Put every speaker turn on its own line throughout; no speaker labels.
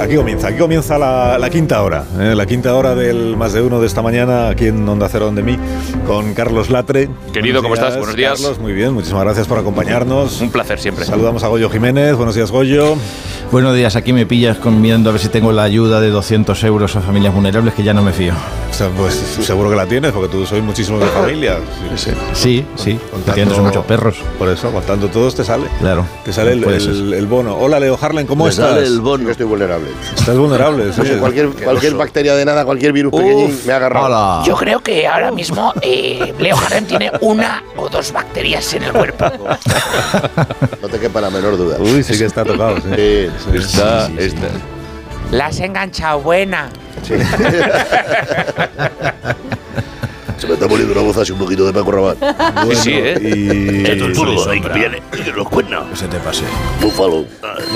aquí comienza, aquí comienza la, la quinta hora, ¿eh? la quinta hora del más de uno de esta mañana aquí en Onda Cero de mí con Carlos Latre.
Querido, días, ¿cómo estás? Buenos días.
Carlos, muy bien, muchísimas gracias por acompañarnos.
Un placer siempre.
Saludamos a Goyo Jiménez, buenos días Goyo.
Buenos días, aquí me pillas viendo a ver si tengo la ayuda de 200 euros a familias vulnerables que ya no me fío.
O sea, pues seguro que la tienes porque tú sois muchísimos de familias.
Sí, sí, sí. Contando, tienes muchos perros.
Por eso, contando todos te sale.
Claro.
Te sale el, el, el bono. Hola Leo Harlan, ¿cómo
Me
estás?
sale el bono. Yo estoy vulnerable.
Estás vulnerable, sí.
No sé, cualquier, cualquier bacteria de nada, cualquier virus
Uf,
pequeñín me ha agarrado.
Hola.
Yo creo que ahora mismo eh, Leo Harlem tiene una o dos bacterias en el cuerpo.
No te quepa la menor duda.
Uy, sí que está tocado, sí.
Sí, sí.
Está, está.
La has enganchado buena.
Se me está poniendo una voz así un poquito de Paco Rabanne.
Sí, sí, ¿eh?
Y,
Se te pase.
Búfalo.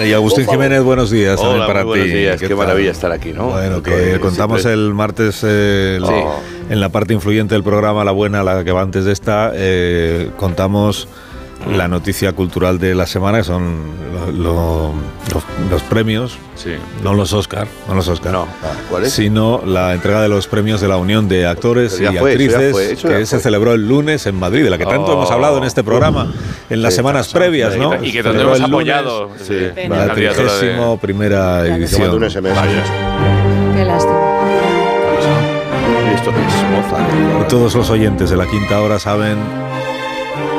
y Agustín Jiménez, buenos días también
Hola,
para
muy buenos
ti.
días. Qué
tal?
maravilla estar aquí, ¿no?
Bueno, que
Porque
contamos
siempre-
el martes eh, el-
Sí.
en la parte influyente del programa, la buena, la que va antes de esta, eh, contamos la noticia cultural de la semana, que son lo- lo- los, los premios,
Sí.
no los Oscar, no los Oscar. Ah,
No.
¿Cuál es?
sino la entrega de los premios de la Unión de Actores
Eso
y
ya fue, eso ya
Actrices,
fue, eso ya
que se
fue.
celebró el lunes en Madrid, de la que tanto
Oh.
hemos hablado en este programa, en las
Sí,
semanas
pasamos,
previas,
sí,
¿no?
y
Y que
Se
donde
celebró
hemos
el lunes
apoyado.
Sí.
sí,
Pena.
La
la candidatura de-
31 primera
Yo mando
edición.
un SMS.
Qué lástima.
Esto es Mozart.
Y Todos los oyentes de la quinta hora saben,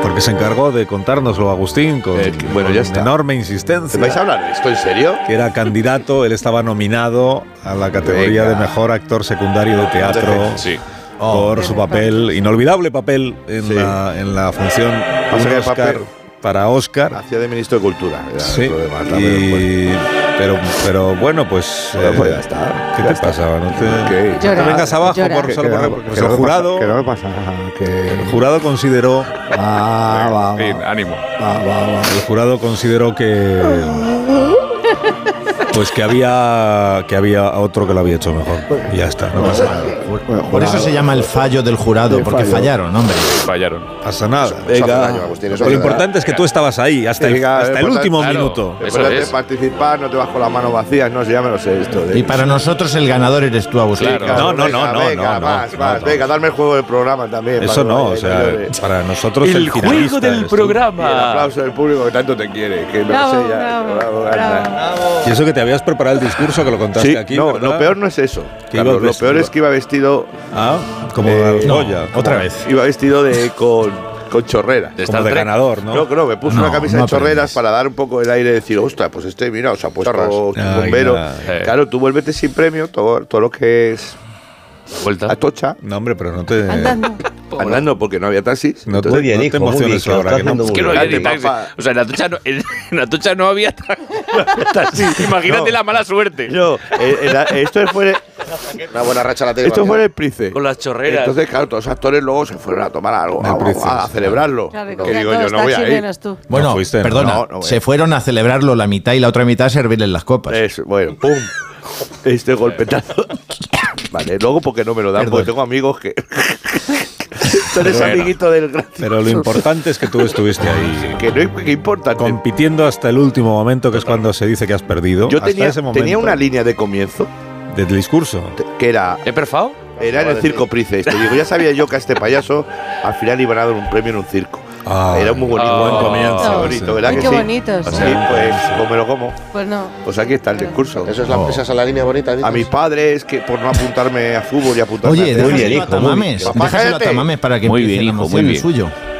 porque se encargó de contárnoslo Agustín con,
Eh, que- bueno, ya
con
está.
enorme insistencia.
¿Vais a hablar de esto en serio?
Que era candidato, él estaba nominado a la categoría
Venga.
de mejor actor secundario de teatro
Sí.
por su papel, inolvidable papel en,
Oh. Sí.
la, en la función
sea,
un
que
Oscar
papel-
para Oscar.
Hacía de ministro de Cultura. era
Sí.
el
Y-
problema, tal, pero bueno.
pero, pero bueno, pues.
Bueno, pues
eh,
ya está.
¿Qué
Ya
te
está.
pasaba? No te,
Ok.
no te
Llora,
vengas abajo,
llora.
por,
Que-
solo por- porque el jurado,
no pasa nada, que...
el jurado consideró
Ah, va,
En fin,
va,
ánimo.
va, va, va.
El jurado consideró que pues que había que había otro que lo había hecho mejor. Y ya está, no pasa,
Bueno,
Por eso
jurado.
se llama el fallo del jurado,
Sí,
porque
fallo.
fallaron, hombre.
Fallaron.
pasa nada.
hace daño, Agustín, eso
Lo
hace
importante es que tú estabas ahí hasta el,
Venga,
hasta el
importante-
último
claro.
minuto.
Eso
Después de
es.
participar, no te vas con las manos vacías, no sé, ya me lo sé esto. de-
Y para nosotros el ganador eres tú, Agustín.
Claro.
Venga,
No, no,
venga,
no, no,
Venga,
no, no,
más,
no,
más.
no.
Venga, darme el juego del programa también.
Eso
Paco,
no, o
venga,
sea,
llore.
para nosotros el, finalista eres tú.
Y el aplauso del público que tanto te quiere. Que me lo
Bravo,
sé ya.
bravo,
Bravo,
bravo.
anda.
Y eso que te habías preparado el discurso que lo contaste
Sí,
aquí,
no,
¿verdad?
lo peor no es eso.
Que iba
Carlos, lo
vestido.
peor es que iba vestido,
Ah, como
Eh,
al
no,
Goya,
otra vez.
iba vestido de con, con chorrera.
De
como
Star
de
Trek.
ganador, ¿no?
No, no, me puso
No,
una camisa
no
de chorreras
aprendes.
para dar un poco el aire y decir, ostras, pues este, mira, os ha puesto
Chorras.
un
Ay,
bombero.
nada.
Eh.
Claro, tú vuélvete sin premio, todo, todo lo que es
Vuelta.
atocha,
No, hombre, pero no te
Andando.
andando porque no había taxis.
no te,
entonces-
no te emociones ahora que no-
Es que no había
Grande,
ni taxi.
papá.
O sea, en Atocha no, en, en Atocha no había ta- no había taxi. Imagínate
No.
la mala suerte.
Yo, eh, era- esto fue,
Una buena racha la tele.
esto fue en el Price.
Con las chorreras.
Entonces, claro, todos los actores luego se fueron a tomar algo,
Al
a,
Price.
a- a celebrarlo.
Claro,
que
que
digo
todos
yo, no voy
taxis
a ir.
menos tú.
Bueno,
No fuiste, ¿no? eh.
perdona,
No, no voy.
se fueron a celebrarlo la mitad y la otra mitad a servirle las copas.
Eso, bueno, pum. Este golpetazo. vale, luego porque no me lo dan,
Perdón.
porque tengo amigos que. Tú eres
Bueno.
amiguito del gran-
Pero lo importante es que tú estuviste ahí.
Que no que importa.
compitiendo hasta el último momento, que es cuando se dice que has perdido.
Yo
Hasta
tenía,
ese momento
tenía una línea de comienzo
del discurso.
te- que era,
¿He perfado?
era en el circo Price. Te digo, ya sabía yo que a este payaso al final iban a dar un premio en un circo.
Ah,
era muy bonito.
buen
comienzo,
Muy bonito,
sí.
¿verdad
Ay,
que
qué
sí?
bonitos.
Sí, pues, como me lo como.
Pues no.
Pues aquí está el discurso.
Eso es la, Esa es la línea bonita. dices.
A mis padres, que por no apuntarme a fútbol y apuntarme
Oye,
a tenis.
déjaselo a Tamames,
Papá,
déjaselo a
cállate.
Tamames para que
este. Muy
empiece
bien,
la
hijo, muy
emoción, el
bien.
suyo.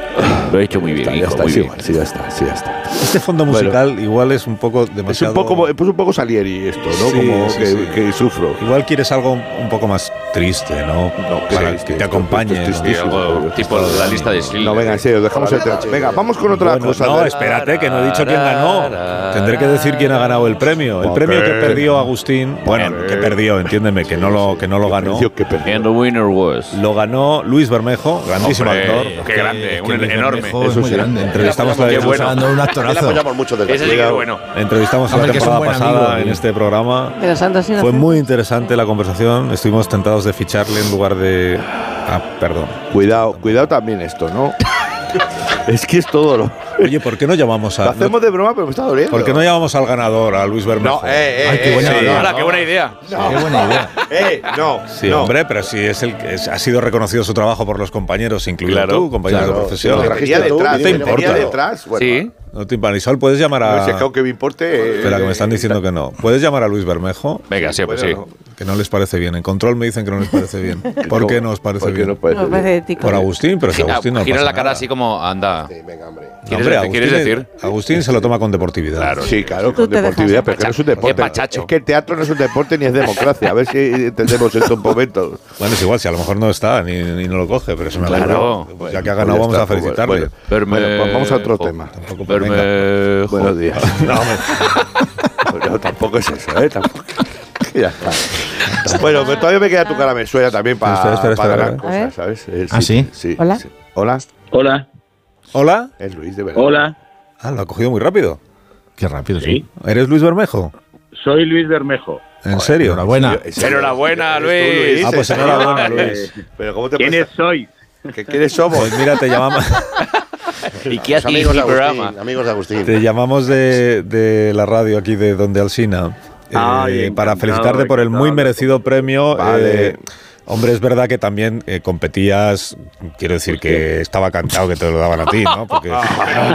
Lo he hecho muy bien,
Está, ya
hijo,
está,
muy
sí,
bien.
sí, ya está, sí, ya está.
Este fondo musical igual es un poco
Es
demasiado.
un poco, pues un poco Salieri esto, ¿no?
Sí,
Como
sí,
que,
sí.
que sufro.
Igual quieres algo un poco más triste, ¿no?
No,
Para
triste,
que te
esto-
acompañe.
esto
Y
¿no?
es triste.
algo tipo la lista de Schiller.
No, venga, en serio, dejamos el tema. Venga, vamos con otra
Bueno,
cosa.
no,
de-
espérate, que no he dicho quién ganó. Tendré que decir quién ha ganado el premio. El
Vale.
premio que perdió Agustín. Bueno, que perdió, entiéndeme, que no lo, que no lo ganó.
Tío, qué pena.
And the winner was.
Lo ganó Luis Bermejo, grandísimo
Hombre,
actor.
Qué grande, un
Luis Bermejo
enorme.
Es
Eso
muy
sí.
grande.
Entrevistamos
Estamos
todavía-
Qué bueno.
hablando a un
También le
actorazo.
apoyamos mucho desde
Ese sí que es bueno.
Entrevistamos la
Hombre, que es un
temporada
buen
pasada
amigo, ¿eh?
en
tío.
este programa.
De los santos
Fue
inocentes.
muy interesante la conversación. Estuvimos tentados de ficharle en lugar de. Ah, perdón.
Cuidado, cuidado también esto, ¿no? es que es todo lo.
Oye, ¿por qué no llamamos
Lo
a.?
hacemos de broma, pero me está doliendo.
¿Por qué no llamamos al ganador, a Luis Bermejo?
No, eh, eh.
Ay, qué
eh,
buena
sí,
idea.
Hola, qué buena idea.
Qué buena idea.
Eh, no.
Sí,
no.
hombre, pero sí es el es- ha sido reconocido su trabajo por los compañeros, incluido
Claro,
tú, compañeros de
Claro, lo que
profesión.
tenía
Trajiste tú,
detrás,
no te
lo que tenía
importa.
detrás, bueno,
Sí.
No te impanisol, puedes llamar
No, si es que
a
aunque me importe. eh,
Espera, que me están diciendo que no. ¿Puedes llamar a Luis Bermejo?
Venga, sí, pues sí.
Bueno,
Que no les parece bien. En control me dicen que no les parece bien.
no.
¿Por qué no os parece
¿Por qué
bien?
no parece
Nos
bien?
parece ético.
Por Agustín, pero si
Gira,
Agustín no
gira
pasa
la cara
nada.
así como, anda.
Sí, venga, hombre.
No,
¿Quieres,
hombre,
decir- quieres
Agustín-
decir?
Agustín se lo toma con deportividad.
Sí, claro,
Tú
con
te dejas
deportividad, pero que no es un
empacha-
deporte.
empachacho.
Es que el teatro no es un deporte ni es democracia. A ver si entendemos esto un momento.
Bueno, es igual, si a lo mejor no está ni, ni no lo coge, pero eso me
Claro.
alegro.
Bueno,
ya que ha ganado,
pues ya
vamos
está,
a
pues,
felicitarle.
Bueno, Bueno, pues vamos a otro tema.
Tampoco, pues, venga.
Bermejo.
Buenos días.
No, hombre.
Pues No, tampoco es eso, ¿eh? Tampoco. Ya está. Bueno, pero todavía me queda tu cara suena también para
Espera, espera, espera,
ganar
espera.
cosas, ¿sabes? Eh,
¿Ah, sí?
Hola.
Hola.
Hola,
¿Hola?
Es Luis, de verdad.
hola,
Ah, lo ha cogido muy rápido.
Qué rápido, sí.
¿Eres Luis Bermejo?
soy Luis Bermejo.
¿En serio?
Enhorabuena.
¿En serio?
Enhorabuena,
¿Eres tú,
Luis.
Ah, pues
¿En
enhorabuena,
serio?
Luis.
Pero ¿cómo te
¿Quiénes
prestas?
sois?
¿Qué- ¿Quiénes somos?
Pues mira, te llamamos,
¿Y qué hace
amigos
en
de
el programa?
Agustín, amigos de Agustín.
te llamamos de, de la radio aquí de Donde Alsina eh,
Ay, encantado,
para felicitarte por el muy
encantado.
merecido premio.
Vale.
eh, hombre, es verdad que también eh, competías, quiero decir que estaba cantado que te lo daban a ti, ¿no? Porque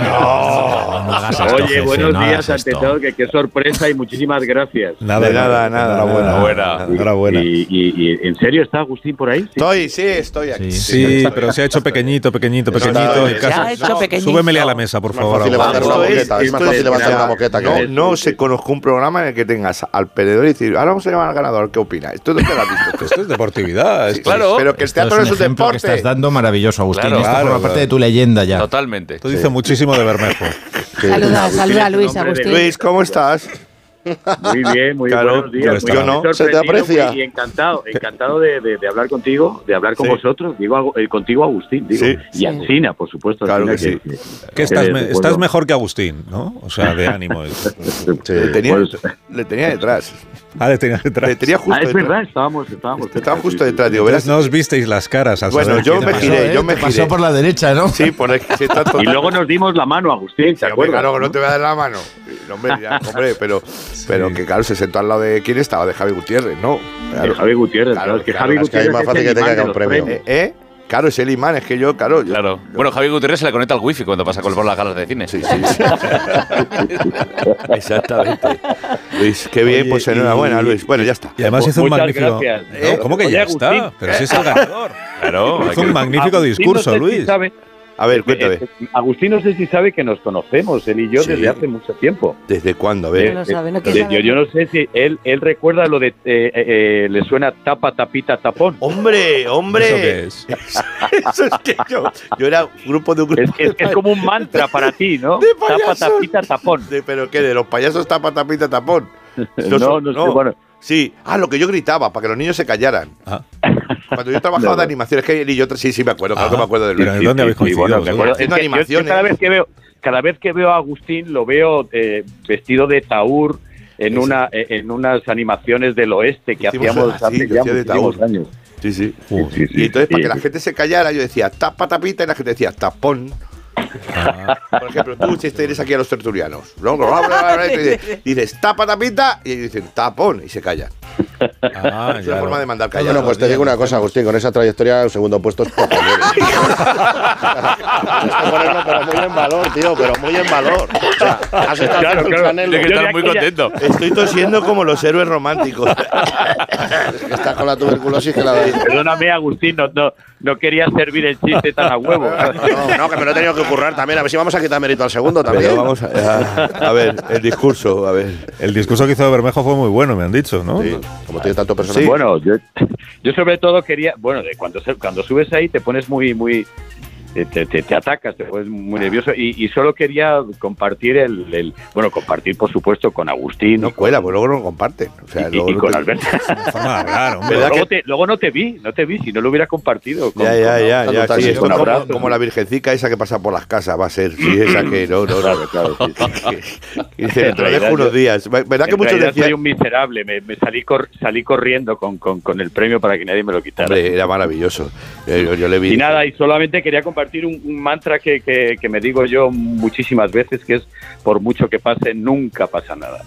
No, no hagas esto,
Oye,
jefe,
buenos
no
días
hagas
ante
esto.
todo, que qué sorpresa y muchísimas gracias.
nada,
De nada, nada,
Enhorabuena.
nada.
Enhorabuena.
Y, y- y- ¿En serio está Agustín por ahí? Sí.
Estoy, sí, estoy aquí.
Sí,
Sí,
estoy.
pero se ha hecho pequeñito, pequeñito,
Eso está
pequeñito.
bien.
en
Se
casa.
ha hecho
No,
pequeñito.
Súbemele a la mesa, por
Más
favor.
fácil
Agustín.
levantar una
Esto
boqueta, es más
esto
fácil levantar
mira,
una boqueta que-
No, no se conozco un programa en el que tengas al perdedor y decir, ahora vamos a llamar al ganador, ¿qué opina? Esto es lo que lo has visto.
Esto es deportividad. esto-
Claro.
Pero que el
Esto
teatro no este es un
ejemplo que
deporte.
estás dando maravilloso, Agustín.
Claro,
Esto
claro,
forma
claro.
parte de tu leyenda ya.
Totalmente.
Esto dice muchísimo de Bermejo.
Saluda, saluda a Luis,
nombre de
Agustín.
Luis, ¿cómo estás?
Muy bien, muy
Claro,
buenos días.
yo
muy
está.
bien,
Yo
muy
no,
se te
sorprendido,
aprecia.
muy- Y encantado, encantado de, de- de hablar contigo, de hablar con
Sí.
vosotros, digo Agu- eh, contigo Agustín, digo,
Sí.
y Alcina, por supuesto.
Claro
Alsina,
que
Que estás,
eres
me-
un
estás
pueblo-
mejor que Agustín, ¿no? O sea, de ánimo.
Le tenía,
pues-
le tenía detrás.
Ah, le tenía detrás.
Le tenía justo
Ah, es
detrás.
verdad, estábamos, estábamos.
Estaba
cerca,
justo
sí, sí.
detrás, digo,
Entonces
verás.
no os visteis las caras. Al
Bueno,
saber
yo
quién
me
era.
giré. yo me
Te pasó
giré.
por la derecha, ¿no?
Sí, por el que se está
Y luego nos dimos la mano, Agustín,
Sí,
¿se
hombre,
acuerdas?
claro, que no te voy a dar la mano. Y, Hombre, ya, hombre, pero, pero que claro, se sentó al lado de quién estaba, de Javi Gutiérrez, ¿no.
De
Claro.
Javi Gutiérrez,
Claro,
claro, es que
claro,
Javi
es que ahí
Gutiérrez
más
es
fácil
el
que tenga
imán
que
de
un
los
premio.
premios.
Eh, eh, claro, es el imán, es que yo, claro. yo-
Claro. Bueno, Javi Gutiérrez se le conecta al wifi cuando pasa con las galas de cine.
Sí, sí. sí. Exactamente. Luis, qué bien,
Oye,
pues enhorabuena,
y-
Luis. Bueno, ya está.
Y además hizo un
Muchas
magnífico.
gracias. Eh,
No, ¿Cómo que
Oye,
ya
Agustín.
está? Pero si es el ganador.
Claro. hay
Hizo un
que-
magnífico
Agustín,
discurso,
no sé si
Luis.
sabe- Eh,
A ver, cuéntame.
Agustín, no sé si sabe que nos conocemos, él y yo,
Sí.
desde hace mucho tiempo.
¿Desde cuándo? A
No
ver.
lo sabe, no
Eh, Yo,
quiere
yo-
saber.
yo no sé si él, él recuerda lo de. eh, eh, eh, le suena tapa, tapita, tapón.
¡Hombre, hombre!
¿Eso qué es?
Eso es que yo, yo era grupo de un grupo
Es, es-
de
es como un mantra para ti, ¿no?
De
Tapa,
payasos.
tapita, tapón.
De- ¿Pero qué? ¿De los payasos tapa, tapita, tapón?
No, no,
son-
sé, bueno.
Sí. Ah, lo que yo gritaba, para que los niños se callaran.
Ah.
Cuando yo trabajaba de animación, es que él y yo, sí, sí, me acuerdo, claro que me acuerdo de Luis.
Pero ¿en dónde habéis
Sí, sí,
coincidido?
bueno, me acuerdo.
vosotros?
Haciendo
Es que yo- yo
animaciones.
cada vez que veo, cada vez que veo a Agustín, lo veo eh, vestido de taur en
Ese.
una eh, en unas animaciones del oeste que
Hicimos-
hacíamos
ah, sí,
hace
lo
ya
hacía de
muchísimos
taur.
años.
Sí, sí.
Uy,
Sí, sí,
Y entonces, para
sí.
que la gente se callara, yo decía tapa, tapita, y la gente decía tapón. Por ejemplo, tú si este eres aquí a los tertulianos, ¿no? y tú dices, dices tapa, tapita, y ellos dicen tapón, y se callan.
Ah,
Es
ya
una
lo-
forma de mandar Ah, callar.
Bueno, pues te digo una cosa, Agustín, con esa trayectoria el segundo puesto es poco. Tienes que ponerlo, pero muy en valor, tío, pero muy en valor. O sea, has estado
Claro,
haciendo un
claro.
Canelo.
Tiene que
Yo
estar
de
muy
aquella-
contento.
Estoy tosiendo como los héroes románticos.
que estás con la tuberculosis que la
Perdóname, Agustín, no, no, no quería servir el chiste tan a huevo.
No, no, que me lo he tenido que currar también. A ver si vamos a quitar mérito al segundo
Pero
también.
vamos a, a- a ver, el discurso, a ver.
El discurso que hizo Bermejo fue muy bueno, me han dicho, ¿no?
Sí, como tiene tanto personaje.
Bueno, yo, yo sobre todo quería, bueno, de cuando, se- cuando subes ahí te pones muy, muy, te, te- te- te atacas, te pones muy nervioso y, y solo quería compartir el, el- bueno, compartir por supuesto con Agustín
No
y,
cuela, pues luego no comparten. O sea,
y-
luego
y
no
con
te-
Alberto.
Una forma de hablar, hombre.
¿Verdad
luego, te- luego no te vi, no te vi, si no lo hubiera compartido. con-
Ya, ya,
con-
ya, ya.
con-
sí,
con-
esto
un
como,
abrazo.
como la virgencica esa que pasa por las casas, va a ser. Sí, esa que no, no, no. Claro,
En
te lo dejo
realidad,
unos
yo-
días. ¿Verdad que
en
muchos
realidad soy
decían.
un miserable, me, me salí, cor- salí corriendo con, con- con el premio para que nadie me lo quitara.
Hombre, era maravilloso. Yo, yo- yo le vi.
Y nada, y solamente quería compartir un, un mantra que, que- que me digo yo muchísimas veces, que es por mucho que pase, nunca pasa nada.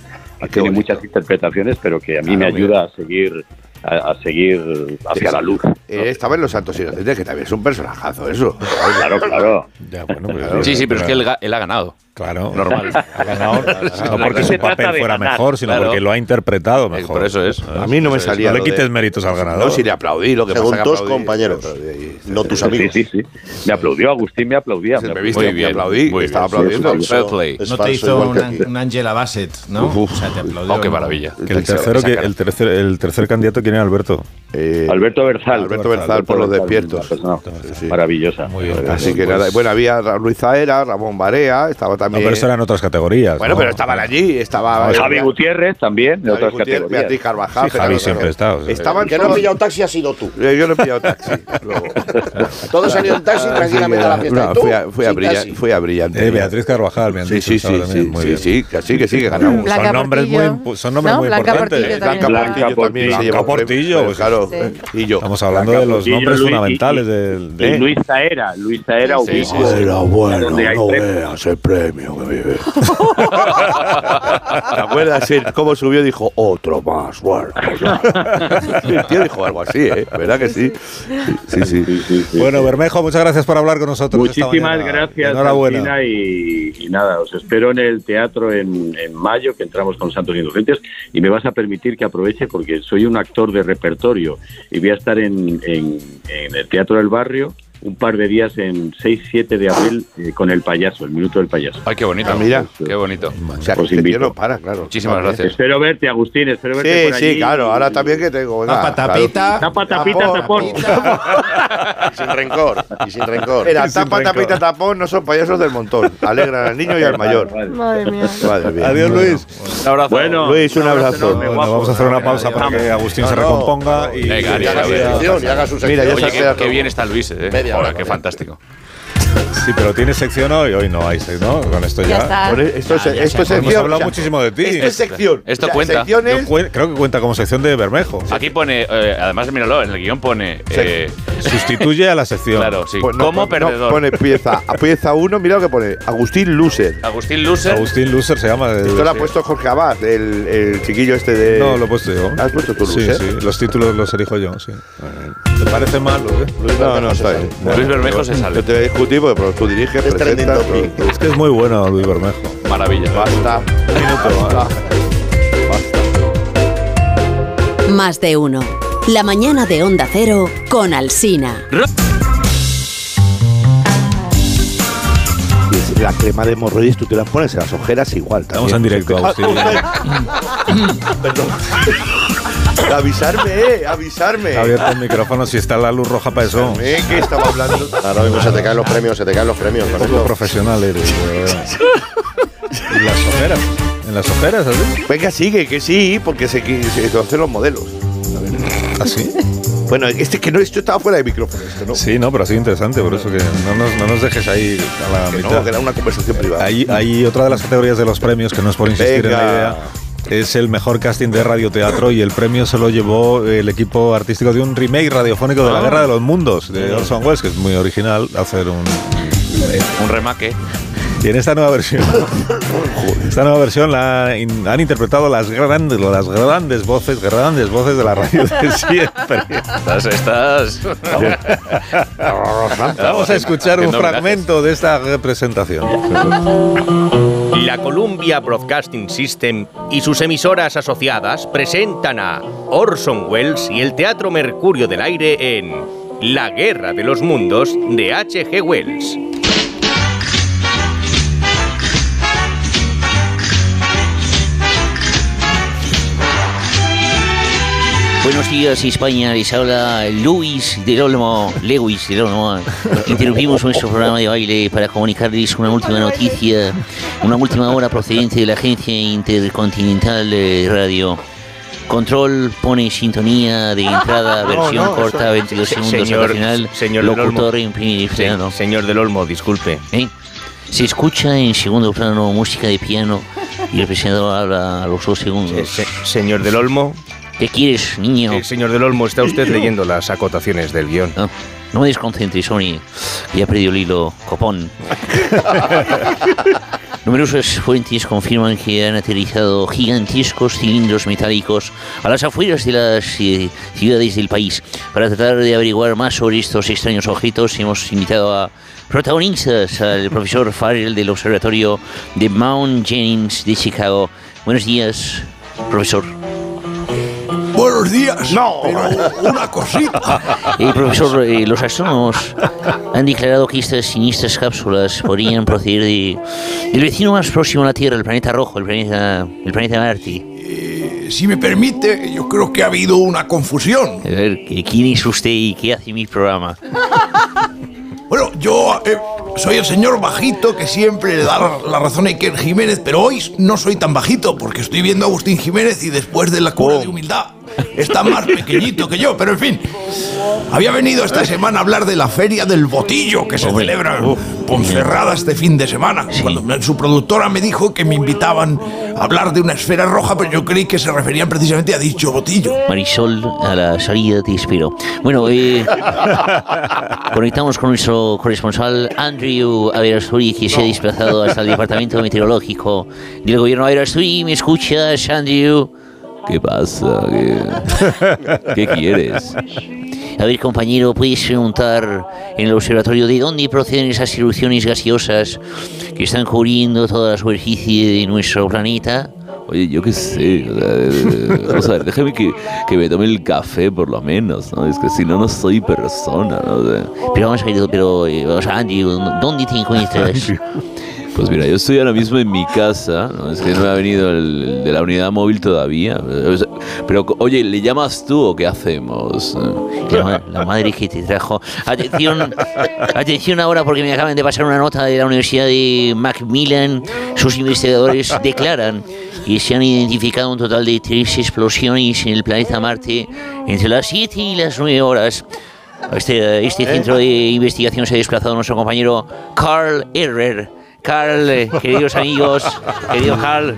Ah, qué
Tiene
bonito. Ah,
muchas interpretaciones, pero que a mí
Claro,
me
mira.
ayuda a seguir a, a seguir hacia la luz.
Eh, estaba en Los Santos Inocentes, que también es un personajazo, eso.
Claro, claro.
Ya, bueno, pero-
Sí, sí, pero es que él, ga- él ha ganado.
Claro,
Normal.
Ha ganado, no porque
Aquí
su
se trata
papel
de
fuera
ganar,
mejor, sino
claro.
porque lo ha interpretado
Eh,
mejor.
Por eso es.
A mí no me
Eso es.
salía.
No le
lo de-
quites méritos al ganador.
No, si le aplaudí, lo que
Según
pasa que
tus
aplaudí,
compañeros.
le aplaudí.
No tus
Sí,
amigos.
sí, sí. Me aplaudió Agustín, me aplaudía.
Se
me
me
aplaudía.
viste
Muy
que
bien,
aplaudí,
muy
estaba
bien.
aplaudiendo.
Sí, sí,
Fair play.
Es
No te
falso,
hizo
igual que
una,
aquí.
una Angela Bassett, ¿no?
Uf.
O sea, te aplaudió.
Oh, qué
¿no?
maravilla.
Que el tercero, que el tercer, el tercer candidato, ¿quién era Alberto?
Eh,
Alberto Berzal.
Alberto Berzal por los despiertos.
una persona
Sí, sí.
Maravillosa.
Muy bien.
Así que
Pues-
nada, bueno, había Ra- Luis Zaera, Ramón Barea, estaba
No,
también.
pero eso eran otras categorías.
bueno,
¿no?
pero estaban allí, estaba.
Javi Gutiérrez también, de
Javi
otras
Gutiérrez,
categorías.
Beatriz Carvajal.
Sí, Javi siempre ha estado,
Este
sí.
Estaban
El que no ha
todos-
pillado taxi ha sido tú.
Eh, Yo no he pillado taxi. luego.
Todos han ido en taxi tranquilamente a la fiesta.
No,
¿Y tú?
fui, a, fui, a
Sin
brillar-
taxi.
fui a brillante.
Eh, Beatriz Carvajal, me han
Sí,
dicho.
sí, sí,
estaba también.
sí,
Muy
sí,
bien.
sí, que sí, que sí, que ganamos.
Blanca
Son nombres muy,
Portillo.
impu- son nombres
¿No?
muy
Blanca
importantes.
Portillo también.
Blanca
Blanca
Portillo también se
Portillo.
llevó
Blanca
premio,
Portillo,
pero
pues,
claro, y yo.
Estamos hablando de los
Portillo,
nombres
Luis, y-
fundamentales del.
Y
de-
Luis Saera, Luis Saera
Sí,
ubico.
sí, sí.
Era bueno, no
veas el premio que vive. ¿Te acuerdas el- cómo subió? Dijo, otro más, bueno. pues ya". El tío dijo algo así, ¿eh? ¿Verdad que sí? Sí, sí.
Bueno, Bermejo, muchas gracias por hablar con nosotros. esta
Muchísimas
mañana.
gracias,
Enhorabuena.
Alcina, y, y nada, os espero en el teatro en, en mayo, que entramos con Santos Inocentes, y me vas a permitir que aproveche porque soy un actor de repertorio y voy a estar en, en- en el Teatro del Barrio un par de días en 6-7 de abril eh, con El Payaso, el Minuto del Payaso.
Ay, qué bonito.
Ah, mira.
Qué bonito.
O sea,
Os
que el tío
invito.
no para, claro.
Muchísimas
Vale.
gracias.
Espero verte, Agustín, espero verte
Sí,
por allí.
sí, claro. Ahora también que tengo. venga,
Tapa,
claro.
tapita.
Tapa, tapita, tapón.
Y sin rencor. Y sin rencor.
Era
Sin
tapa,
rencor.
tapita, tapón, no son payasos del montón. Alegran al niño y al mayor.
Vale, vale.
Madre mía.
Madre mía.
Adiós, Luis.
Un abrazo.
Bueno,
Luis, un abrazo.
enorme,
Bueno,
guapo.
vamos a hacer una pausa
Adiós.
para que Agustín se
No, no.
recomponga y.
Venga,
Y
adiós,
haga su
adiós.
sección, y haga su
Mira, ya
sección.
Oye,
se
qué,
queda
qué bien está Luis, ¿eh?
Media hora,
Joder, qué
media.
fantástico.
Sí, pero tiene sección hoy. Hoy no hay sección, ¿no? Con esto ya.
Ya está.
Por e- Esto es,
Ya, ya
esto es
se acabó.
Hemos
sección.
hablado
o sea,
muchísimo de ti.
Esto es sección.
Esto
O sea,
cuenta.
sección
Yo
es-
cuen- creo que cuenta como sección de Bermejo.
Aquí pone, eh, además míralo, en el guión pone. eh,
Sustituye a la sección.
claro, sí.
Pues no,
como
no,
perdedor.
pone pieza, a pieza 1, mira lo que pone. Agustín Luser.
Agustín Luser.
Agustín Luser se llama.
Esto lo ha puesto Jorge Abad, el, el chiquillo este de.
No, lo pues, he puesto yo.
¿Has puesto tú,
Sí,
Luser?
sí. Los títulos los elijo yo, sí. ¿Te parece malo, eh?
No, no, está bien.
Luis Bermejo se sale.
No te voy a discutir porque pero tú diriges,
Es trending
presentas.
topic.
pero-
Es que es muy bueno Luis Bermejo.
Maravilla.
Basta. Un minuto, basta.
Más de uno. La mañana de Onda Cero con Alsina.
La crema de hemorroides tú te la pones en las ojeras igual.
Estamos en
también. Ah,
directo, Agustín.
Perdón. avisarme, eh, avisarme.
Ha abierto el micrófono si está la luz roja para eso.
Eh, que estaba hablando.
Ah,
Ahora mismo se te caen los premios, se te caen los premios. con
Poco
esto.
profesional eres. de verdad. En las ojeras. En las ojeras, así.
Venga, sigue, que sí, porque se, que- se conocen los modelos.
¿Así?
Bueno, este que no, esto estaba fuera de micrófono, esto, ¿no?
Sí, no, pero ha sido interesante, por eso que no nos, no nos dejes ahí a la
Que
mitad.
no, que era una conversación privada.
Hay, hay otra de las categorías de los premios que no es por insistir en la
Venga.
idea. Es el mejor casting de radioteatro y el premio se lo llevó el equipo artístico de un remake radiofónico
Ah.
de La Guerra
Mm.
de los Mundos de Orson Welles, que es muy original hacer un,
Un remake.
Y en esta nueva versión, esta nueva versión la in- han interpretado las grandes, las grandes voces, grandes voces de la radio de siempre.
Estás, estás.
Vamos a escuchar un
Haciendo
fragmento de esta representación.
La Columbia Broadcasting System y sus emisoras asociadas presentan a Orson Welles y el Teatro Mercurio del Aire en La Guerra de los Mundos de H.G. Wells.
Buenos días, España. Les habla Luis del Olmo, Lewis del Olmo. Interrumpimos nuestro programa de baile para comunicarles una última noticia, una última hora procedente de la Agencia Intercontinental de Radio. Control pone sintonía de entrada,
No,
versión
Ah, no,
corta,
eso-
22
se-
segundos
señor-
original.
señor del
locutor
Olmo.
en primer
Se-
plano.
señor del Olmo, disculpe.
¿Eh? Se escucha en segundo plano música de piano y el presentador habla a los dos segundos.
señor del Olmo.
¿Qué quieres, niño?
Eh, señor del Olmo, está usted leyendo las acotaciones del guión.
No me desconcentres, Sony. Ya perdió el hilo, copón. Numerosas fuentes confirman que han aterrizado gigantescos cilindros metálicos a las afueras de las eh, ciudades del país. Para tratar de averiguar más sobre estos extraños objetos, hemos invitado a protagonistas, al profesor Farrell del Observatorio de Mount Jennings de Chicago. Buenos días, profesor.
Buenos días. No. Pero una cosita.
Eh, profesor, eh, los astrónomos han declarado que estas siniestras cápsulas podrían proceder de, del vecino más próximo a la Tierra, el planeta rojo, el planeta, el planeta Marte.
Eh, Si me permite, yo creo que ha habido una confusión.
A ver, ¿qué- ¿quién es usted y qué hace en mi programa?
Bueno, yo eh, soy el señor bajito que siempre le da la, la razón a Iker Jiménez, pero hoy no soy tan bajito porque estoy viendo a Agustín Jiménez y después de la cura de humildad está más pequeñito que yo, pero en fin. Había venido esta semana a hablar de la Feria del Botillo que se celebra en Ponferrada este fin de semana. Cuando su productora me dijo que me invitaban a hablar de una esfera roja, pero yo creí que se referían precisamente a dicho botillo.
Marisol, a la salida te espero. Bueno, eh, conectamos con nuestro corresponsal Andrew Averasturi, que se ha desplazado hasta el Departamento Meteorológico del Gobierno Averasturi. ¿Me escuchas, Andrew? ¿Qué pasa? ¿Qué, qué quieres? A ver, compañero, puedes preguntar en el observatorio de dónde proceden esas erupciones gaseosas que están cubriendo toda la superficie de nuestro planeta.
Oye, yo qué sé. o sea, eh, Vamos a ver, déjame que, que me tome el café por lo menos, ¿no? Es que si no, no soy persona, ¿no? O sea,
Pero vamos a ir, pero, eh, o sea, Andy, ¿dónde te encuentras?
pues mira, yo estoy ahora mismo en mi casa, ¿no? Es que no me ha venido el, el de la unidad móvil todavía. O sea, Pero, oye, ¿le llamas tú o qué hacemos?
La, ma- la madre que te trajo. Atención, atención ahora porque me acaban de pasar una nota de la Universidad de Macmillan. Sus investigadores declaran que se han identificado un total de tres explosiones en el planeta Marte entre las 7 y las 9 horas. A Este, a este centro de investigación se ha desplazado nuestro compañero Carl Errer. Carl, eh, queridos amigos, querido Carl.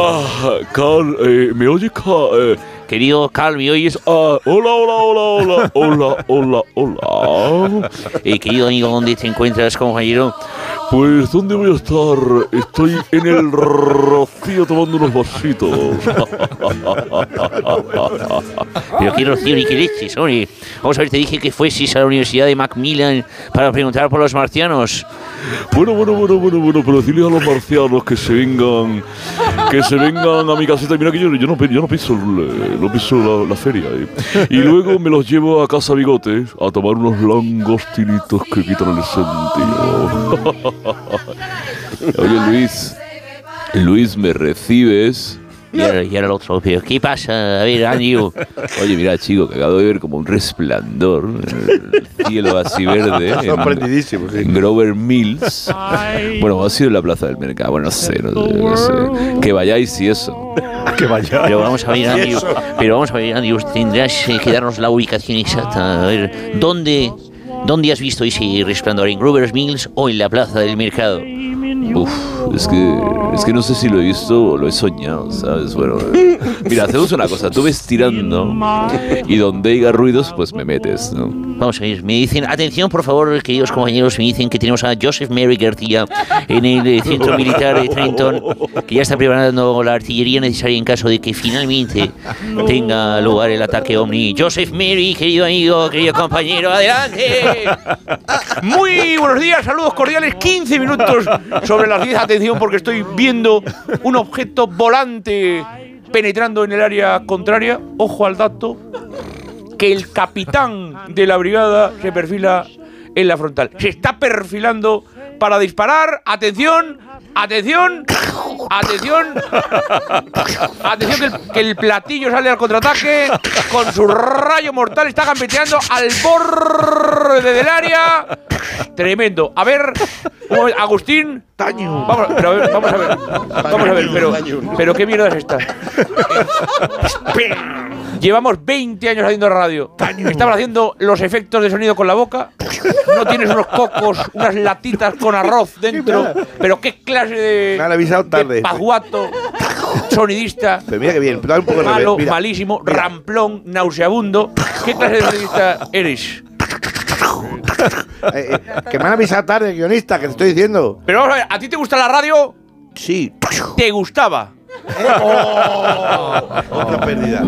Ah, Carl, eh, ¿me oye Carl? Eh,
Querido Carl, ¿me oyes?
Ah, hola, hola, hola, hola, hola, hola, hola.
Eh, querido amigo, ¿dónde te encuentras, compañero?
Pues, ¿dónde voy a estar? Estoy en el rocío tomando unos vasitos.
Pero qué rocío ni qué leches, hombre. Vamos a ver, te dije que fueses a la Universidad de Macmillan para preguntar por los marcianos.
Bueno, bueno, bueno, bueno, bueno, pero decirle a los marcianos que se vengan, que se vengan a mi casita. Mira que yo, yo, no, yo no piso, el- eh, no piso la, la feria. eh. Y luego me los llevo a casa Bigotes a tomar unos langostinitos que quitan el sentido.
Oye, Luis. Luis, ¿me recibes?
Y ahora, y ahora el otro, pero ¿qué pasa? A ver, Andrew.
Oye, mira, chico, que acabo de ver como un resplandor en el cielo así verde. en-
Sorprendidísimo, sí.
en Grover Mills. Bueno, ha sido la plaza del mercado. Bueno, no sé, no sé, no sé. Que vayáis y eso.
Que vayáis.
Pero vamos a ver, Andrew. Pero vamos a ver, Andrew. Tendrás eh, que darnos la ubicación exacta. A ver, ¿dónde, ¿dónde has visto ese resplandor? ¿En Grover's Mills o en la plaza del mercado?
Uf, es que, es que no sé si lo he visto o lo he soñado, ¿sabes? Bueno, eh, mira, hacemos una cosa. Tú ves tirando y donde haya ruidos, pues me metes, ¿no?
Vamos a ir. Me dicen, atención, por favor, queridos compañeros, me dicen que tenemos a Joseph Mary García en el eh, centro militar de Trenton, que ya está preparando la artillería necesaria en caso de que finalmente tenga lugar el ataque Omni. Joseph Mary, querido amigo, querido compañero, adelante.
Muy buenos días, saludos cordiales. 15 minutos sobre las 10. Atención, porque estoy viendo un objeto volante penetrando en el área contraria. Ojo al dato: que el capitán de la brigada se perfila en la frontal. Se está perfilando para disparar. Atención, atención, atención. Atención, que el, que el platillo sale al contraataque con su rayo mortal. Está gambeteando al borde del área. Tremendo. A ver, un momento, Agustín. Vamos, pero a ver, vamos a ver. Vamos a ver, pero, pero qué mierda es esta. Llevamos 20 años haciendo radio. Estamos haciendo los efectos de sonido con la boca. No tienes unos cocos, unas latitas con arroz dentro. Pero qué clase de.
Me han avisado tarde.
Pajuato, sonidista.
Pero mira que bien, dale un poco de
malo,
revés, mira.
malísimo, ramplón, nauseabundo. ¿Qué clase de sonidista eres?
Eh, eh, que me han avisado tarde, guionista, que te estoy diciendo.
Pero vamos a ver, ¿a ti te gusta la radio?
Sí. Eh.
¿Te gustaba? Oh.
Otra pérdida.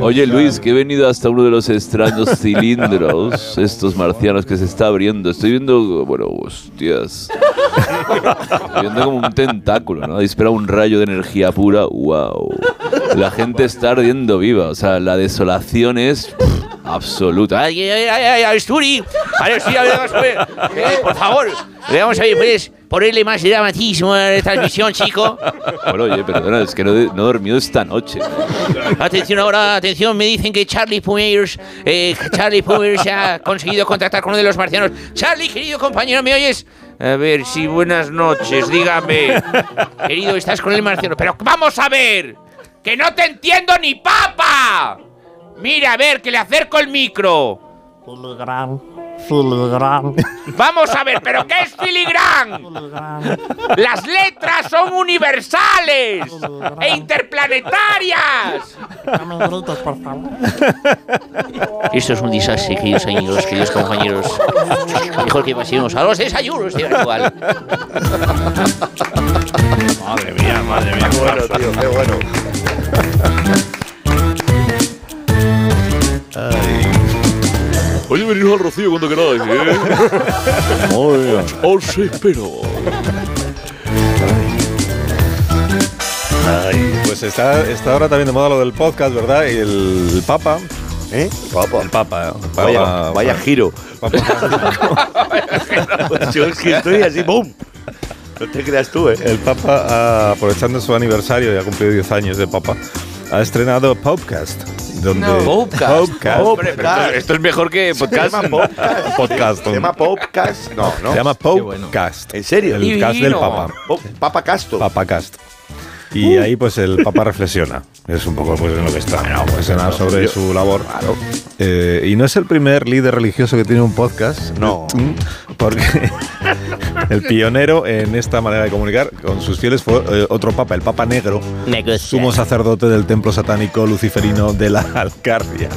Oye, Luis, que he venido hasta uno de los extraños cilindros, estos marcianos que se está abriendo. Estoy viendo, bueno, hostias. Estoy viendo como un tentáculo, ¿no? Dispara un rayo de energía pura. ¡Wow! La gente está ardiendo viva. O sea, la desolación es pff, absoluta. ¡Ay,
Ay, ay, ay, ay, Aristuri. Aristuri, a ver, vamos
pues.
a ver. Eh, por favor, le vamos a ver, puedes ponerle más dramatismo a la transmisión, chico.
Bueno, oye, perdona, es que no, he- no he dormido esta noche.
Atención ahora, atención, me dicen que Charlie Pumers, eh, Charlie Pumers ha conseguido contactar con uno de los marcianos. Charlie, querido compañero, ¿me oyes? A ver, sí, buenas noches, dígame. Querido, estás con el marciano, pero vamos a ver, que no te entiendo ni papa. Mira, a ver, que le acerco el micro.
Filigrán, filigrán.
Vamos a ver, pero ¿qué es filigrán? Las letras son universales e interplanetarias.
Dame gritos, por favor.
Esto es un desastre, queridos amigos, queridos compañeros. Mejor que pasemos a los desayunos de actual.
Madre mía, madre mía. Qué bueno, tío, qué bueno.
Oye, veniros al Rocío cuando queráis, ¿eh? Os espero.
Pues está, está ahora también de moda lo del podcast, ¿verdad? Y el Papa.
¿Eh? El Papa.
El Papa.
Vaya, vaya giro. Yo es que estoy así, ¡boom! No te creas tú, ¿eh?
El Papa, ah, aprovechando su aniversario, ya ha cumplido 10 años de Papa, ha estrenado Popcast. Donde
No. Popcast.
Popcast.
Hombre, pero esto-
esto
es mejor que
podcast. Se llama Popcast.
podcast.
Se llama Popcast. No, no.
Se llama
Qué bueno.
Popcast.
¿En serio?
El cast del Papa.
Pop- Papa Uh. Casto.
Papacast. Y ahí pues el Papa reflexiona. Es un poco pues en lo que está. ¿no? Pues, nada, sobre
Yo-
su labor. Eh, y no es el primer líder religioso que tiene un podcast. ¿eh? Mm.
No.
Porque el pionero en esta manera de comunicar con sus fieles fue eh, otro papa, el Papa Negro, sumo sacerdote del templo satánico luciferino de la Alcarria.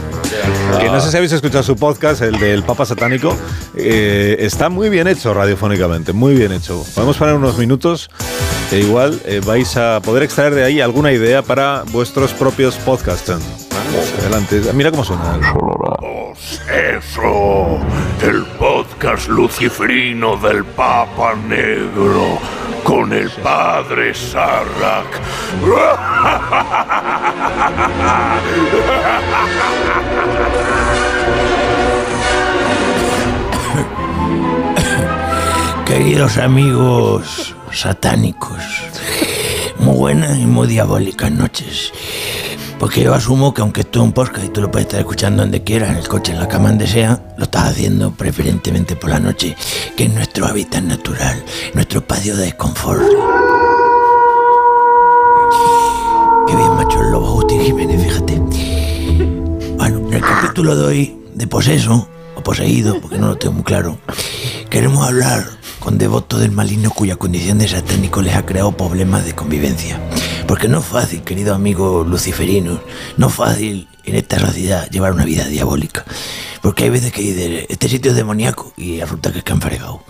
Que no sé si habéis escuchado su podcast, el del Papa Satánico. eh, está muy bien hecho radiofónicamente, muy bien hecho. Podemos poner unos minutos e igual eh, vais a poder extraer de ahí alguna idea para vuestros propios podcasts. Adelante, mira cómo suena.
Eso, el podcast luciferino del Papa Negro con el padre Sarrak.
Queridos amigos satánicos, muy buenas y muy diabólicas noches. Porque yo asumo que aunque esto es un podcast y tú lo puedes estar escuchando donde quieras, en el coche, en la cama, donde sea, lo estás haciendo preferentemente por la noche, que es nuestro hábitat natural, nuestro espacio de desconfort. Qué bien, macho, el lobo Agustín Jiménez, fíjate. Bueno, en el capítulo de hoy, de poseso, o poseído, porque no lo tengo muy claro, queremos hablar
con devotos del maligno cuya condición de satánico les ha creado problemas de convivencia. Porque no es fácil, querido amigo luciferino, no es fácil en esta sociedad llevar una vida diabólica. Porque hay veces que dices, este sitio es demoníaco y resulta que es que han fregado.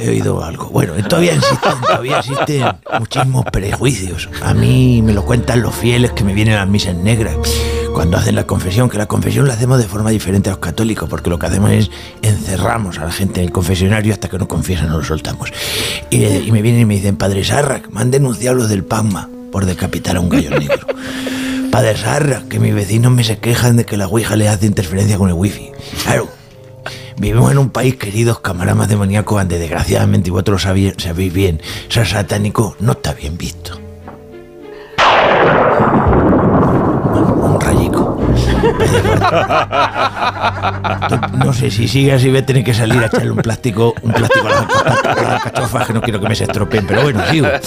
He oído algo. Bueno, y todavía existen, todavía existen muchísimos prejuicios. A mí me lo cuentan los fieles que me vienen a las misas negras. Cuando hacen la confesión, que la confesión la hacemos de forma diferente a los católicos, porque lo que hacemos es encerramos a la gente en el confesionario hasta que no confiesan, no lo soltamos. Y, eh, y me vienen y me dicen, Padre Sarrac, me han denunciado los del PAMA por decapitar a un gallo negro. Padre Sarrac, que mis vecinos me se quejan de que la Ouija le hace interferencia con el wifi. Claro, Vivimos en un país, queridos camaradas demoníacos, donde desgraciadamente, y vosotros lo sabéis, sabéis bien, ser satánico no está bien visto. Un, un rayico. No- No sé si sigue así, voy a tener que salir a echarle un plástico, un plástico a las alcachofa- a las cachofas que no quiero que me se estropeen, pero bueno, sigo.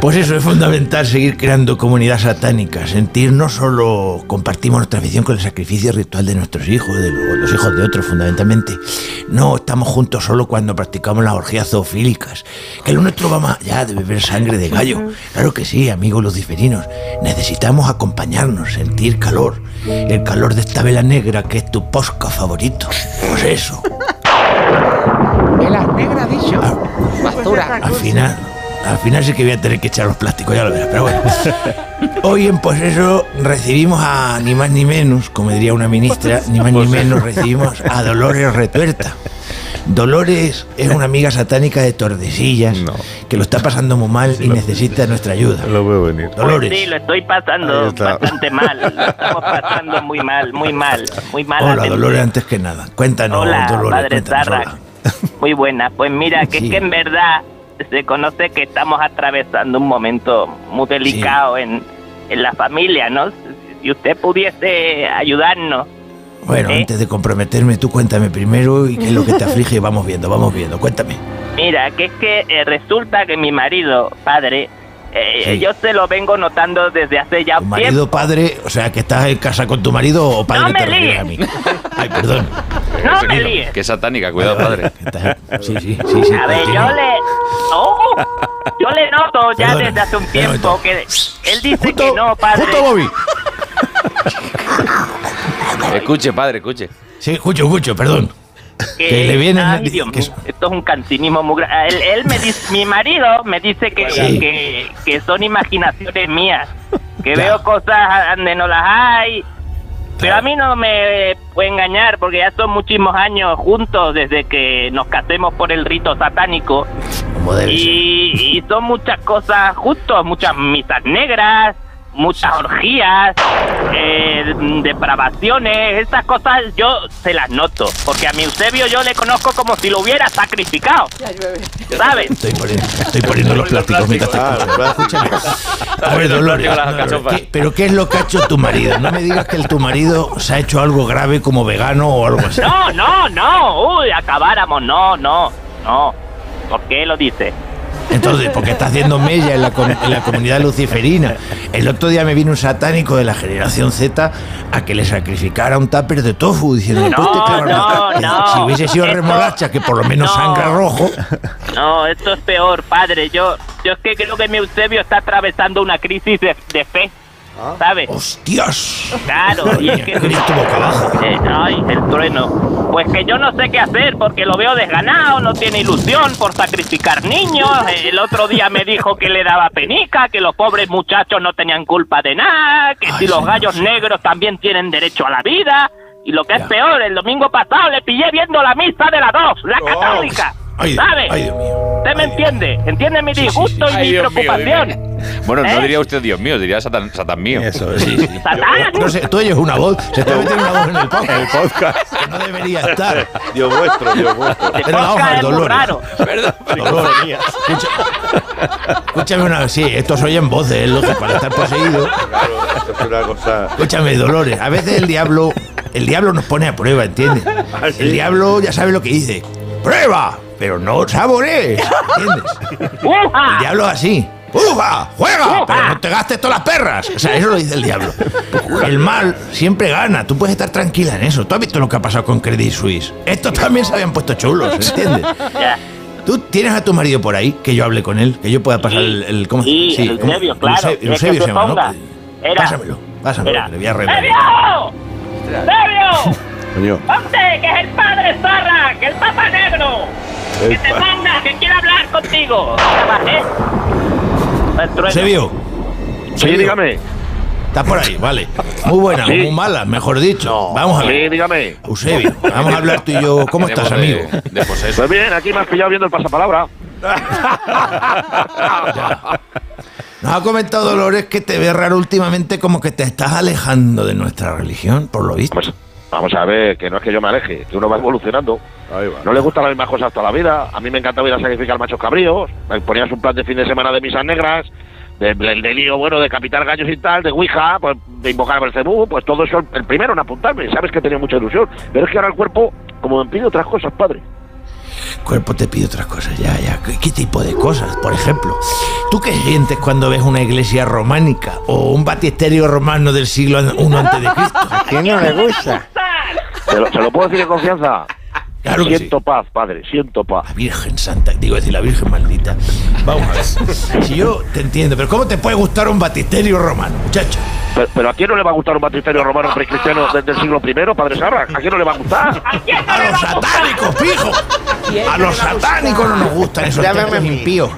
Pues eso es fundamental, seguir creando comunidad satánica, sentir no solo compartimos nuestra afición con el sacrificio ritual de nuestros hijos, de los, los hijos de otros fundamentalmente, no estamos juntos solo cuando practicamos las orgías zoofílicas, que lo nuestro va más allá de beber sangre de gallo, claro que sí, amigos luciferinos, necesitamos acompañarnos, sentir calor, el calor de esta vela negra que es tu posca favorito, pues eso,
Velas negras, dicho. Pues Basura.
al final... Al final sí que voy a tener que echar los plásticos, ya lo verás, pero bueno. Hoy en Pues Eso recibimos a ni más ni menos, como diría una ministra, ni más ni menos recibimos a Dolores Retuerta. Dolores es una amiga satánica de Tordesillas que lo está pasando muy mal y necesita nuestra ayuda.
Lo veo venir.
Dolores.
Pues Sí, lo estoy
Ahí
pasando
está.
bastante mal. Lo estamos pasando muy mal, muy mal, muy mal.
Hola, Dolores, antes que nada. Cuéntanos,
Hola,
Dolores,
padre
cuéntanos.
Tarra.
hola.
Muy buena. Pues mira, que es que en verdad se conoce que estamos atravesando un momento muy delicado en, en la familia, ¿no? Si usted pudiese ayudarnos.
Bueno,
¿Eh?
antes de comprometerme, tú cuéntame primero y qué es lo que te aflige y vamos viendo, vamos viendo. Cuéntame.
Mira, que es que eh, resulta que mi marido, padre, eh,
Sí.
yo se lo vengo notando desde hace ya un tiempo.
Marido, padre, o sea, que estás en casa con tu marido o padre
No
te
me
refieres
líes.
a mí. Ay, perdón.
No me líes.
Que es satánica, cuidado, padre.
Sí, sí, sí, sí.
A ver, yo le. ¡Oh! yo le noto ya
Perdona,
desde hace un
espera un
tiempo que. Él dice que no, padre.
Escuche, padre, escuche.
Sí, escucho, escucho, perdón.
que-
Que le vienen-
ay, Dios mío, esto es un cantinismo muy grande. Él, él me dice, mi marido me dice que,
Sí.
que, que son imaginaciones mías. Que veo cosas donde no las hay. Pero a mí no me puede engañar porque ya son muchísimos años juntos desde que nos casemos por el rito satánico. Y, y son muchas cosas justos, muchas misas negras, muchas orgías, eh, depravaciones, esas cosas yo se las noto. Porque a mi Eusebio yo le conozco como si lo hubiera sacrificado. ¿Sabes?
Estoy poniendo, estoy poniendo los plásticos mientras te
Ah,
escucho. Escúchame. A ver, Dolores, Dolores, ¿qué- ¿pero qué es lo que ha hecho tu marido? No me digas que el- tu marido se ha hecho algo grave como vegano o algo así.
Pues No, no, no. Uy, acabáramos. No, no, no. ¿Por qué lo dice?
Entonces, porque está haciendo mella en la, com- en la comunidad luciferina. El otro día me vino un satánico de la generación Z a que le sacrificara un tupper de tofu diciendo,
No,
"Pues te clavan la
no,
cara".
no.
Si hubiese sido
Esto-
remolacha, que por lo menos
No.
sangra rojo.
No, esto es peor, padre. Yo, yo es que creo que mi Eusebio está atravesando una crisis de, de fe. ¿Sabes?
¡Hostias!
Claro, y es que. Eh, ay, el trueno. Pues que yo no sé qué hacer porque lo veo desganado, no tiene ilusión por sacrificar niños. Eh, El otro día me dijo que le daba penica, que los pobres muchachos no tenían culpa de nada, que si los gallos negros también tienen derecho a la vida. Y lo que es peor, el domingo pasado le pillé viendo la misa de la dos, la católica.
Oh, pues, Ay, Dios-
¿Sabe?
ay,
¿Usted me entiende? ¿Entiende mi disgusto y
Ay,
mi
Dios mío,
preocupación?
dime. Bueno,
¿Eh?
no diría usted Dios mío, diría Satán, satán mío. Eso
es.
oh,
No sé, tú oyes una voz, se está metiendo una voz en el podcast.
El podcast.
Que no debería estar.
Dios vuestro, Dios vuestro.
Pero vamos a ver, Dolores.
Perdón,
Dolores. Escucha- escúchame una vez, sí, estos oyen voces, es lógico, para estar poseído.
Es una cosa.
Escúchame, Dolores, a veces el diablo, el diablo nos pone a prueba, ¿entiendes?
sí.
El diablo ya sabe lo que dice.
Ah.
¡Prueba! Pero no saborees, ¿entiendes? El diablo es así. ¡Ufa! ¡Juega! Pero no te gastes todas las perras. O sea, eso lo dice el diablo. El mal siempre gana. Tú puedes estar tranquila en eso. Tú has visto lo que ha pasado con Credit Suisse. Estos también se habían puesto chulos, ¿entiendes? Tú tienes a tu marido por ahí, que yo hable con él, que yo pueda pasar el. el ¿Cómo
Sí, el
¿cómo?
Eusebio, claro. Quieres
Eusebio-
que
Eusebio
te
se llama, ¿no?
ponga. Era.
Pásamelo, pásamelo,
Era.
que le voy a revelar.
¡Sebio! ¡Sebio!
Coño.
¡Ponte, que es el padre Zarra! ¡Que el papa negro! ¡Que te manda! ¡Que quiere hablar contigo!
Eusebio. Eusebio.
dígame.
Está por ahí, vale. Muy buena,
Sí.
o muy mala, mejor dicho. Vamos a
Sí,
ver.
dígame.
Eusebio, vamos a hablar tú y yo. ¿Cómo estás, amigo?
Pues bien, aquí me has pillado viendo el pasapalabra.
Nos ha comentado Dolores que te ve raro últimamente, como que te estás alejando de nuestra religión, por lo visto.
Pues Vamos a ver, que no es que yo me aleje, que uno va evolucionando. No le gustan las mismas cosas toda la vida. A mí me encantaba ir a sacrificar machos cabríos. Me ponías un plan de fin de semana de misas negras, de, de- de lío bueno, de capitar gallos y tal, de Ouija, pues, de invocar a cebú, pues todo eso, el primero en apuntarme. Sabes que tenía mucha ilusión. Pero es que ahora el cuerpo, como me pide otras cosas, padre.
cuerpo te pide otras cosas, ya, ya. ¿Qué, qué tipo de cosas? Por ejemplo, ¿tú qué sientes cuando ves una iglesia románica o un batisterio romano del siglo I antes de Cristo? ¿A quién no le gusta?
¿Se lo, se lo puedo decir en confianza?
Claro que
siento paz, padre, siento paz.
Virgen Santa, digo decir la Virgen maldita. Vamos a ver. Si yo te entiendo, pero ¿cómo te puede gustar un batisterio romano, muchacho?
Pero, pero ¿a quién no le va a gustar un batisterio romano precristiano desde el siglo I, padre Sarra? ¿A quién no le va a gustar?
¡A los satánicos, fijo! A los satánicos no nos gustan esos
Llámame
teatros impíos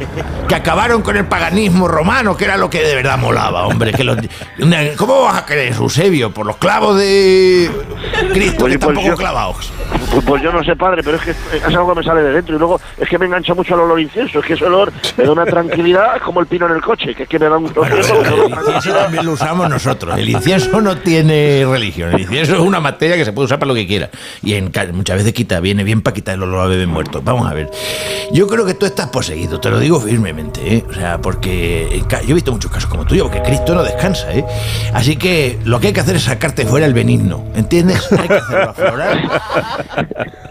que acabaron con el paganismo romano, que era lo que de verdad molaba, hombre. Que los- una- ¿Cómo vas a creer, Eusebio? Por los clavos de Cristo,
Oye,
que
pues
tampoco
yo-
clavados.
Pues, pues yo no sé, padre, pero es que es algo que me sale de dentro y luego es que me engancha mucho el olor a incienso, es que ese olor me da una tranquilidad es como el pino en el coche, que es que me da un...
Eso también lo usamos nosotros. El incienso no tiene religión. El incienso es una materia que se puede usar para lo que quiera. Y en, ca- muchas veces quita, viene bien para quitar el olor a bebé muerto. Vamos a ver. Yo creo que tú estás poseído, te lo digo firmemente. ¿eh? O sea, porque en ca- yo he visto muchos casos como tuyo, porque Cristo no descansa. ¿eh? Así que lo que hay que hacer es sacarte fuera el benigno. ¿Entiendes? Hay que hacerlo aflorar.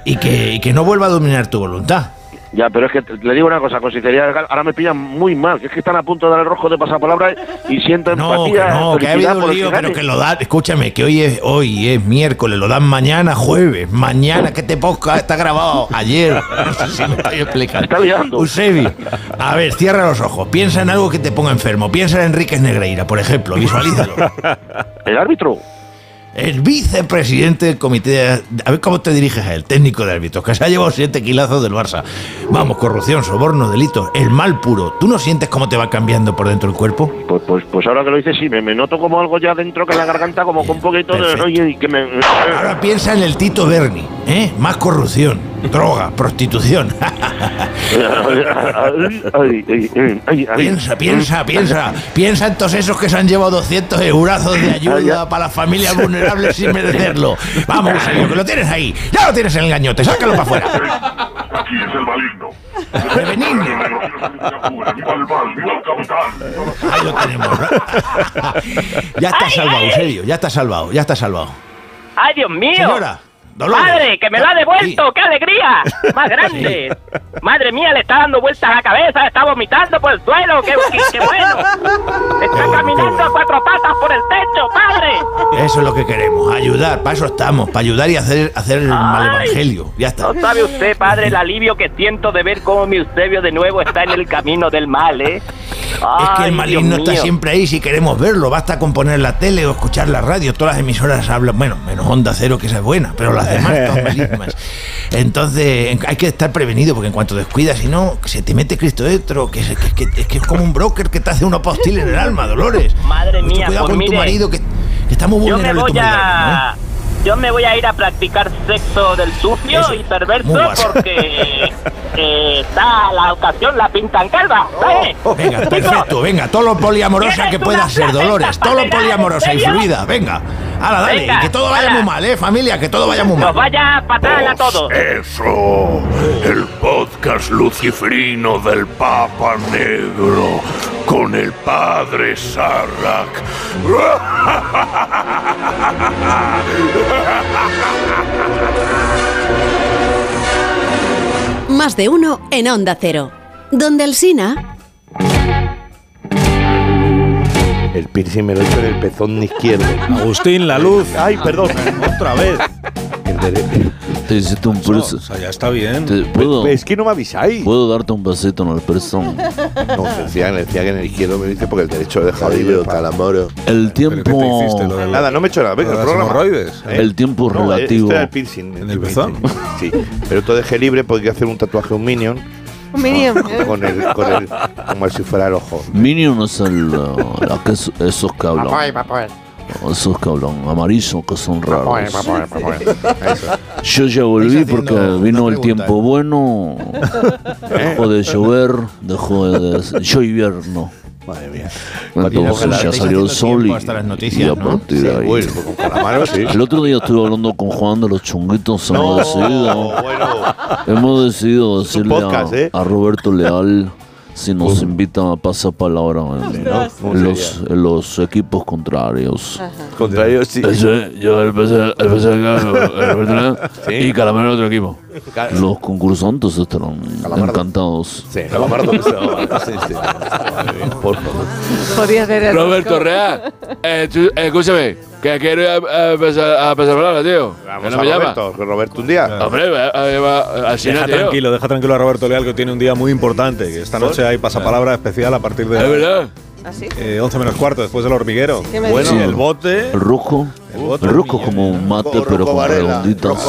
Y que, y que no vuelva a dominar tu voluntad.
Ya, pero es que te- le digo una cosa, con sinceridad, ahora me pillan muy mal, que es que están a punto de dar el rojo de pasapalabra y siento
No, que
empatía.
no, que ha
felicidad
habido un
por el
lío,
gigante.
pero que lo dan, escúchame, que hoy es, hoy es miércoles, lo dan mañana, jueves, mañana, que te posca está grabado ayer. No sé si me estoy explicando.
Está liando.
Eusebio, a ver, cierra los ojos, piensa en algo que te ponga enfermo, piensa en Enríquez Negreira, por ejemplo, visualízalo.
¿El árbitro?
El vicepresidente del comité, de- a ver cómo te diriges a él, técnico de árbitros, que se ha llevado siete kilazos del Barça. Vamos, corrupción, soborno, delitos, el mal puro. ¿Tú no sientes cómo te va cambiando por dentro el cuerpo?
Pues, pues, pues ahora que lo dices, sí, me, me noto como algo ya dentro, que en la garganta, como con un poquito de... Oye, y que me...
Ahora piensa en el Tito Berni, ¿eh? Más corrupción, droga, prostitución.
Ay, ay, ay, ay, ay.
piensa, piensa, piensa. Piensa en todos esos que se han llevado 200 eurazos de ayuda para las familias vulnerables sin merecerlo. Vamos, Eusebio, que lo tienes ahí. Ya lo tienes en el gañote, sácalo para afuera.
Aquí es el maligno.
Ahí lo tenemos. ¿no? Ya está salvado, Eusebio, ya está salvado, ya está salvado.
¡Ay, Dios mío!
Señora, Dolores.
¡Madre, que me lo ha devuelto! ¡Qué alegría! ¡Más grande! ¡Madre mía, le está dando vueltas a la cabeza! ¡Está vomitando por el suelo! ¡Qué, qué- qué bueno! ¡Está caminando a cuatro patas por el techo, padre!
Eso es lo que queremos, ayudar, para eso estamos, para ayudar y hacer, hacer el mal evangelio. Ya está.
No sabe usted, padre, el alivio que siento de ver cómo mi Eusebio de nuevo está en el camino del mal, ¿eh?
Es que el maligno está
siempre
siempre ahí si queremos verlo. Basta con poner la tele o escuchar la radio. Todas las emisoras hablan, bueno, menos Onda Cero, que esa es buena, pero las demás todas malignas. Entonces en- hay que estar prevenido porque en cuanto descuidas, si no, se te mete Cristo dentro, que es, que, que- es que es como un broker que te hace una postil en el alma, Dolores.
Madre
Mucho
mía,
cuidado
pues
con tu
mire,
marido que, que está muy
Yo me
vulnerable.
voy
tu ¿eh? marido,
a. Yo me voy a ir a practicar sexo del sucio y perverso
muy guapo.
porque eh, da la ocasión, la pintan calva, ¿sabes?
¿no? Oh, Venga, perfecto, venga, todo lo poliamorosa que pueda ser, Dolores, todo lo poliamorosa y fluida, venga. Ahora, dale,
Venga,
y que todo vaya
hala.
muy mal, eh, familia, que todo vaya muy mal. eh,
Nos vaya a patar a todos.
Eso, el podcast lucifrino del Papa Negro con el padre Sarrak.
Más de uno en Onda Cero. Donde Alsina.
El piercing me lo hizo en el pezón izquierdo.
Agustín, la luz.
Ay, perdón, otra vez.
Te hiciste un preso.
ya está bien.
Es que no me avisáis.
¿Puedo darte un besito en el pezón?
No, decía, decía que en el izquierdo me dice porque el derecho lo he dejado libre, calamoro.
El tiempo.
Nada, no me he hecho nada. Venga, el programa. ¿Eh?
El tiempo es
No,
relativo.
Este era el piercing. ¿En el
pezón?
Sí. Pero te dejé libre porque hacer un tatuaje a un minion
Un minion.
con el, con el, como si fuera el ojo.
Minion es el. eh, la que es- esos que hablan.
Papá, eh, papá.
Esos que hablan amarillo que son raros.
papá, papá. Eso.
Yo ya volví porque vino el
¿eh?
tiempo bueno, dejó de llover, dejó de. Yo invierno.
Madre mía.
Entonces
Ojalá
ya
estéis
salió el
haciendo
sol y,
tiempo hasta las noticias,
y a
¿no?
partir de
Sí,
ahí.
bueno, con
Calamaro, sí.
El otro día estuve hablando con Juan de los chunguitos. Hemos decidido, hemos decidido decirle
podcast,
a,
¿eh?
a Roberto Leal si nos invita a pasar palabra en,
Ostras.
en los, en los equipos contrarios.
Contrarios, sí.
Eso, yo el PC, el PC, claro, el Roberto Leal
Sí.
y Calamero otro equipo.
Ca-
Los concursantes estarán
Calamardo.
encantados.
Sí, Calamardo, sí, sí. Por favor.
Podías ver el
Roberto
rosco.
Real, eh, tú- eh, escúchame, que quiero ir a, a pasar a pasar palabra, tío. que
Vamos
no
a
me llama.
Roberto, que Roberto un día.
Hombre, eh, eh, va, así no,
Deja
tío.
tranquilo, deja tranquilo a Roberto Leal que tiene un día muy importante. Que esta noche hay pasapalabra especial a partir de.
Es verdad.
¿Así?
eh, 11 menos cuarto, después del hormiguero.
¿Qué me
bueno,
dices?
el bote.
El rojo. El rojo es como un mate, pero con redonditas.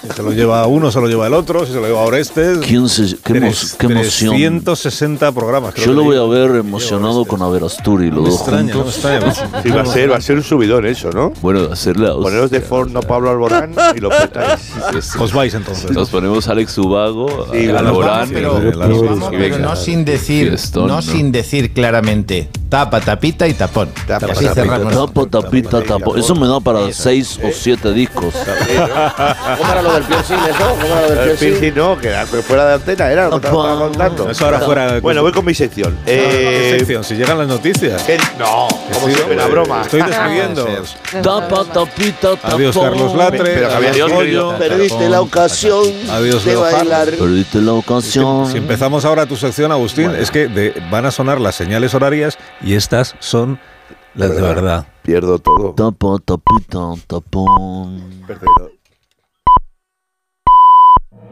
Si se lo lleva uno, se lo lleva el otro, si se lo lleva Orestes.
¿Quién se- qué, emo-
Tres-
qué emoción.
360 programas.
Yo lo voy a ver emocionado con Averasturi, los
Me
dos
extraña, no me
juntos.
extraña mucho.
Sí, va a ser, va a ser un subidón eso, ¿no?
Bueno, hacerla.
Poneros de forno Pablo Alborán y lo petáis.
Os vais entonces.
Nos ponemos Alex Ubago,
Sí,
a
nos
Alborán,
vamos, pero-
y-
pero nos vamos,
y
pero
venga.
Pero no sin decir,
Fiestón,
no sin decir claramente tapa, tapita y tapón. y así cerramos.
Tapo, tapita, tapo. Eso me da para seis o siete discos.
¿Cómo era lo del piercing eso? ¿Cómo era lo
del piercing?
no, que era- que fuera de antena, era lo que estaba contando.
Eso ahora fuera de-
Bueno, voy con mi sección.
¿Qué
Eh,
sección? Si llegan las noticias.
¿qué- No, como
Estoy-
siempre, una broma.
Estoy despidiendo.
Tapa, tapita, tapón.
Adiós, Carlos Latre.
Pero Javier
Adiós,
Goyo.
querido.
Perdiste la
ocasión
Adiós, Leo Harlem.
Perdiste la ocasión.
Si empezamos ahora tu sección, Agustín, es que de- van a sonar las señales horarias y estas son las de verdad.
Pierdo todo.
Tapa, tapita, tapón.
Perdido.